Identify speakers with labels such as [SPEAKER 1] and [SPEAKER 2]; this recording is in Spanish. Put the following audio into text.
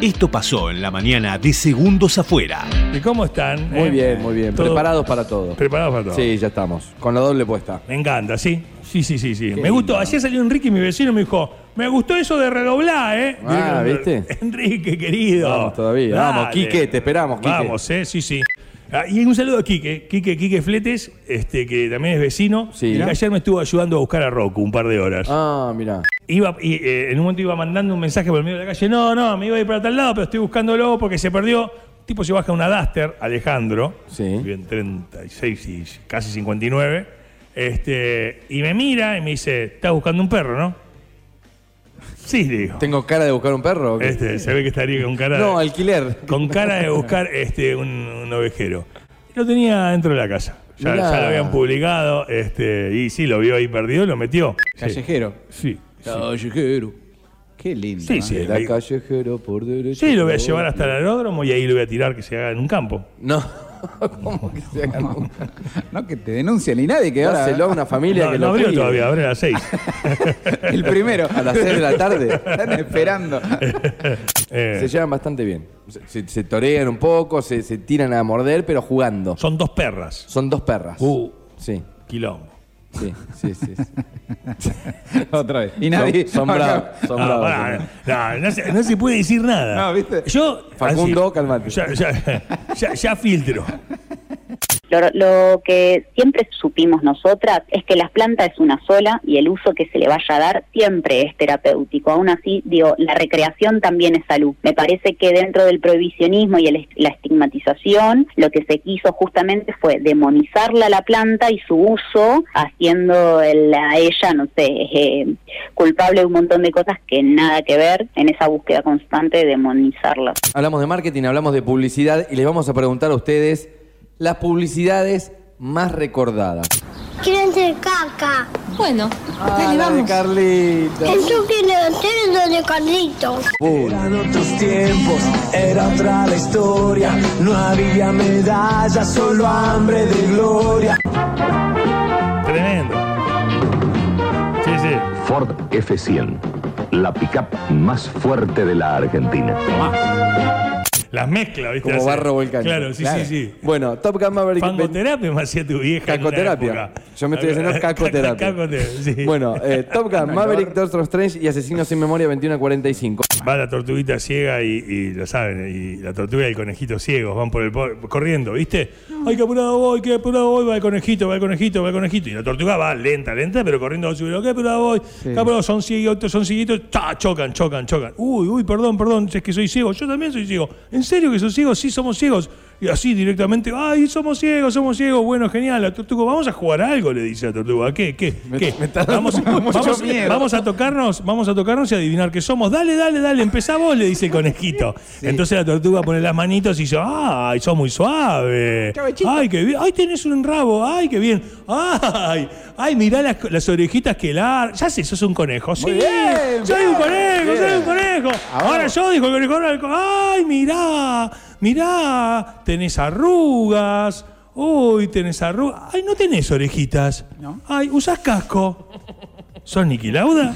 [SPEAKER 1] Esto pasó en la mañana de Segundos Afuera.
[SPEAKER 2] ¿Y cómo están?
[SPEAKER 3] Muy
[SPEAKER 2] eh?
[SPEAKER 3] bien, muy bien.
[SPEAKER 2] ¿Todo-
[SPEAKER 3] Preparados para todo.
[SPEAKER 2] Preparados para todo.
[SPEAKER 3] Sí, ya estamos. Con la doble puesta.
[SPEAKER 2] Me encanta, ¿sí? Sí, sí, sí, sí. Me gustó. Ayer salió Enrique, mi vecino, me dijo, me gustó eso de redoblar, ¿eh?
[SPEAKER 3] Ah,
[SPEAKER 2] Digo,
[SPEAKER 3] ¿viste?
[SPEAKER 2] Enrique, querido.
[SPEAKER 3] Vamos todavía. Vamos, Quique, te esperamos, Quique.
[SPEAKER 2] Vamos, ¿eh? Sí, sí. Ah, y un saludo a Quique, Quique, Quique Fletes, este, que también es vecino,
[SPEAKER 3] Sí.
[SPEAKER 2] y que ayer me estuvo ayudando a buscar a Roku un par de horas.
[SPEAKER 3] Ah, mira.
[SPEAKER 2] Iba, y, eh, en un momento iba mandando un mensaje por el medio de la calle, no, no, me iba a ir para tal lado, pero estoy buscándolo porque se perdió. El tipo se baja una Duster, Alejandro,
[SPEAKER 3] Sí.
[SPEAKER 2] vive en 36 y casi 59, este, y me mira y me dice, estás buscando un perro, ¿no? Sí, le digo.
[SPEAKER 3] ¿Tengo cara de buscar un perro? o qué?
[SPEAKER 2] Este, se ve que estaría con cara,
[SPEAKER 3] No,
[SPEAKER 2] de,
[SPEAKER 3] alquiler.
[SPEAKER 2] con cara de buscar este, un, un ovejero. Y Lo tenía dentro de la casa. Ya,
[SPEAKER 3] Mirá.
[SPEAKER 2] ya lo habían publicado, este, y sí, lo vio ahí perdido, lo metió. Sí.
[SPEAKER 3] Callejero.
[SPEAKER 2] Sí.
[SPEAKER 3] Callejero. Qué lindo.
[SPEAKER 2] Sí, sí,
[SPEAKER 3] Era
[SPEAKER 2] me-
[SPEAKER 3] callejero por derecho.
[SPEAKER 2] Sí, lo voy a
[SPEAKER 3] por-
[SPEAKER 2] llevar hasta el aeródromo y ahí lo voy a tirar que se haga en un campo.
[SPEAKER 3] No. ¿Cómo que se haga?
[SPEAKER 4] No, no que te denuncien ni nadie, que ahora
[SPEAKER 3] Dáselo a una familia
[SPEAKER 2] No,
[SPEAKER 3] que
[SPEAKER 2] no
[SPEAKER 3] lo
[SPEAKER 2] abrió
[SPEAKER 3] cuide.
[SPEAKER 2] todavía, abre a las seis.
[SPEAKER 4] el primero.
[SPEAKER 3] A las 6 de la tarde.
[SPEAKER 4] Están esperando.
[SPEAKER 2] Eh,
[SPEAKER 3] Se llevan bastante bien. Se, se- se torean un poco, se, se tiran a morder, pero jugando.
[SPEAKER 2] son dos perras.
[SPEAKER 3] Son dos perras.
[SPEAKER 2] Uh,
[SPEAKER 3] Sí,
[SPEAKER 2] quilombo.
[SPEAKER 3] sí, sí, sí. sí.
[SPEAKER 4] Otra vez. Y nadie.
[SPEAKER 3] Son, son bravos, son
[SPEAKER 2] Ah,
[SPEAKER 3] bravos,
[SPEAKER 2] pará,
[SPEAKER 3] son bravos.
[SPEAKER 2] no, no se, no se puede decir nada.
[SPEAKER 4] No, ¿viste?
[SPEAKER 2] Yo.
[SPEAKER 3] Facundo, calmate.
[SPEAKER 2] Ya, ya- ya- ya filtro.
[SPEAKER 5] Lo, lo que siempre supimos nosotras es que las plantas es una sola y el uso que se le vaya a dar siempre es terapéutico. Aún así, digo, la recreación también es salud. Me parece que dentro del prohibicionismo y el est- la estigmatización, lo que se quiso justamente fue demonizarla la planta y su uso, haciendo el- a ella, no sé, eh, culpable de un montón de cosas que nada que ver en esa búsqueda constante de demonizarla.
[SPEAKER 3] Hablamos de marketing, hablamos de publicidad y les vamos a preguntar a ustedes las publicidades más recordadas.
[SPEAKER 6] Quieren ser caca.
[SPEAKER 7] Bueno, dale, vamos.
[SPEAKER 3] Carlita.
[SPEAKER 6] El club tiene los de Carlitos.
[SPEAKER 2] Eh,
[SPEAKER 8] Eran otros tiempos, era otra la historia. No había medallas, solo hambre de gloria.
[SPEAKER 2] Tremendo. Sí, sí.
[SPEAKER 9] Ford F100, la pickup más fuerte de la Argentina.
[SPEAKER 2] Las mezclas, ¿viste?
[SPEAKER 3] Como
[SPEAKER 2] Hace-
[SPEAKER 3] barro volcánico.
[SPEAKER 2] Claro, sí, sí, sí.
[SPEAKER 3] Bueno, Top Gun Maverick.
[SPEAKER 2] Fangoterapia me hacía tu vieja. en una
[SPEAKER 3] Cacoterapia.
[SPEAKER 2] época.
[SPEAKER 3] Yo me estoy haciendo cacoterapia.
[SPEAKER 2] Cacoterapia, sí.
[SPEAKER 3] Bueno, eh, Top Gun, Maverick, Doctor Strange y Asesinos sin Memoria 21 a 45.
[SPEAKER 2] Va la tortuguita ciega y, y lo saben, y la tortuga y el conejito ciegos van por el po- corriendo, ¿viste? Ay, que apurado voy, que apurado voy, va el conejito, va el conejito, va el conejito. Y la tortuga va lenta, lenta, pero corriendo a su velocidad, que apurado voy, que apurado, son cieguitos, son cieguitos, ¡cha! chocan, chocan, chocan. Uy, uy, perdón, perdón, es que soy ciego, yo también soy ciego. ¿En serio que sos ciego? Sí, somos ciegos. Y así directamente, ay, somos ciegos, somos ciegos, bueno, genial, la tortuga, vamos a jugar a algo, le dice la tortuga. ¿Qué? ¿Qué? ¿Qué? vamos, vamos,
[SPEAKER 4] miedo.
[SPEAKER 2] vamos a tocarnos, vamos a tocarnos y adivinar qué somos. Dale, dale, dale, empezá vos, le dice el conejito. Entonces la tortuga pone las manitos y dice, ay, sos muy suave. Ay, qué bien. Ay, tenés un rabo, ay, qué bien. Ay, ay, mirá las, las orejitas que largas. Ya sé, sos un conejo. Sí,
[SPEAKER 3] bien, Ah,
[SPEAKER 2] soy un conejo, soy un conejo. Ahora yo, dijo el conejo, ahora el co- ay, mirá, mirá, tenés arrugas. Uy, tenés arrugas. Ay, no tenés orejitas. Ay, usás casco. ¿Sos Niki Lauda?